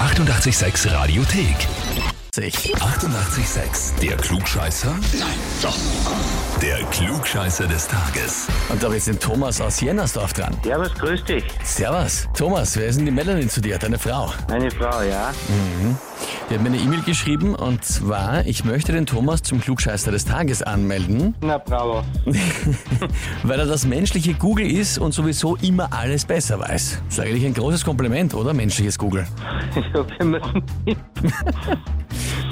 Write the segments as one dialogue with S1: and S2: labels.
S1: 886 Radiothek.
S2: sich.
S1: 88,6. Der Klugscheißer? Nein, doch. Der Klugscheißer des Tages.
S2: Und da habe ich jetzt den Thomas aus Jennersdorf dran.
S3: Servus, grüß dich.
S2: Servus. Thomas, wer ist denn die Melanie zu dir? Deine Frau.
S3: Meine Frau, ja?
S2: Die hat mir eine E-Mail geschrieben und zwar, ich möchte den Thomas zum Klugscheißer des Tages anmelden,
S3: Na, bravo.
S2: weil er das menschliche Google ist und sowieso immer alles besser weiß. Das ist eigentlich ein großes Kompliment, oder? Menschliches Google.
S3: Ich hoffe, wir müssen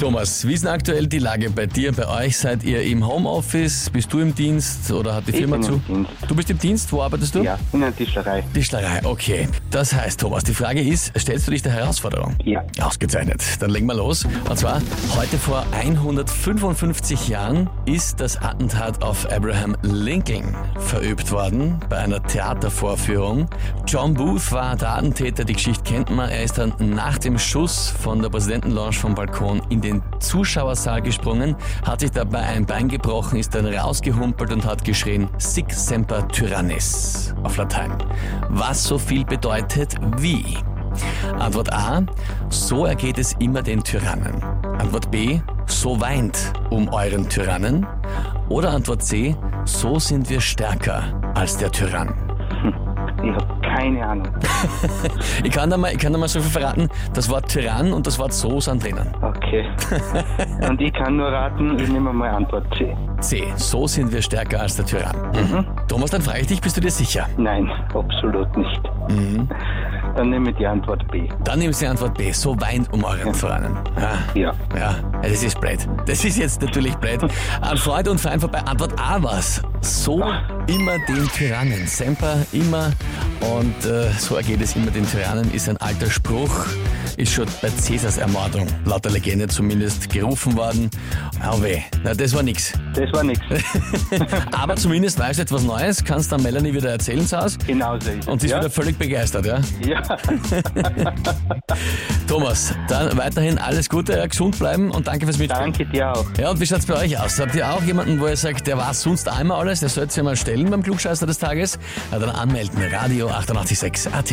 S2: Thomas, wie ist denn aktuell die Lage bei dir, bei euch? Seid ihr im Homeoffice? Bist du im Dienst oder hat die Firma
S3: bin
S2: zu?
S3: im Dienst.
S2: Du bist im Dienst? Wo arbeitest du?
S3: Ja, in der Tischlerei.
S2: Tischlerei, okay. Das heißt, Thomas, die Frage ist, stellst du dich der Herausforderung?
S3: Ja.
S2: Ausgezeichnet. Dann legen wir los. Und zwar, heute vor 155 Jahren ist das Attentat auf Abraham Lincoln verübt worden bei einer Theatervorführung. John Booth war der Attentäter, die Geschichte kennt man. Er ist dann nach dem Schuss von der Präsidentenlounge vom Balkon in den Zuschauersaal gesprungen, hat sich dabei ein Bein gebrochen, ist dann rausgehumpelt und hat geschrien, Sic semper tyrannis auf Latein. Was so viel bedeutet wie? Antwort A, so ergeht es immer den Tyrannen. Antwort B, so weint um euren Tyrannen. Oder Antwort C, so sind wir stärker als der Tyrann.
S3: Ich habe keine Ahnung.
S2: Ich kann da mal, ich kann da mal so viel verraten, das Wort Tyrann und das Wort so sind drinnen.
S3: Okay. Und ich kann nur raten, ich nehme mal Antwort C.
S2: C, so sind wir stärker als der Tyrann. Mhm. Thomas, dann frage ich dich, bist du dir sicher?
S3: Nein, absolut nicht. Mhm. Dann nehme ich die Antwort B.
S2: Dann nimmst du die Antwort B, so weint um euren Tyrannen. Ja.
S3: Ja.
S2: Ja, das ist blöd. Das ist jetzt natürlich blöd. An Freund und Feind vorbei. Antwort A was. So immer den Tyrannen. Semper immer. Und äh, so ergeht es immer den Tyrannen, ist ein alter Spruch. Ist schon bei Cäsars Ermordung, laut der Legende zumindest, gerufen worden. Oh weh. Na, das war nix.
S3: Das war nichts.
S2: Aber zumindest weißt du etwas Neues, kannst dann Melanie wieder erzählen zu Hause.
S3: Genauso ist es.
S2: Und sie ist
S3: ja?
S2: wieder völlig begeistert, ja?
S3: Ja,
S2: Thomas, dann weiterhin alles Gute, ja, gesund bleiben und danke fürs Mitspielen.
S3: danke dir auch.
S2: Ja, und wie schaut's bei euch aus? Habt ihr auch jemanden, wo ihr sagt, der war sonst einmal alles, der sollte sich mal stellen beim Klugscheißer des Tages? Na dann anmelden, Radio 886 AT.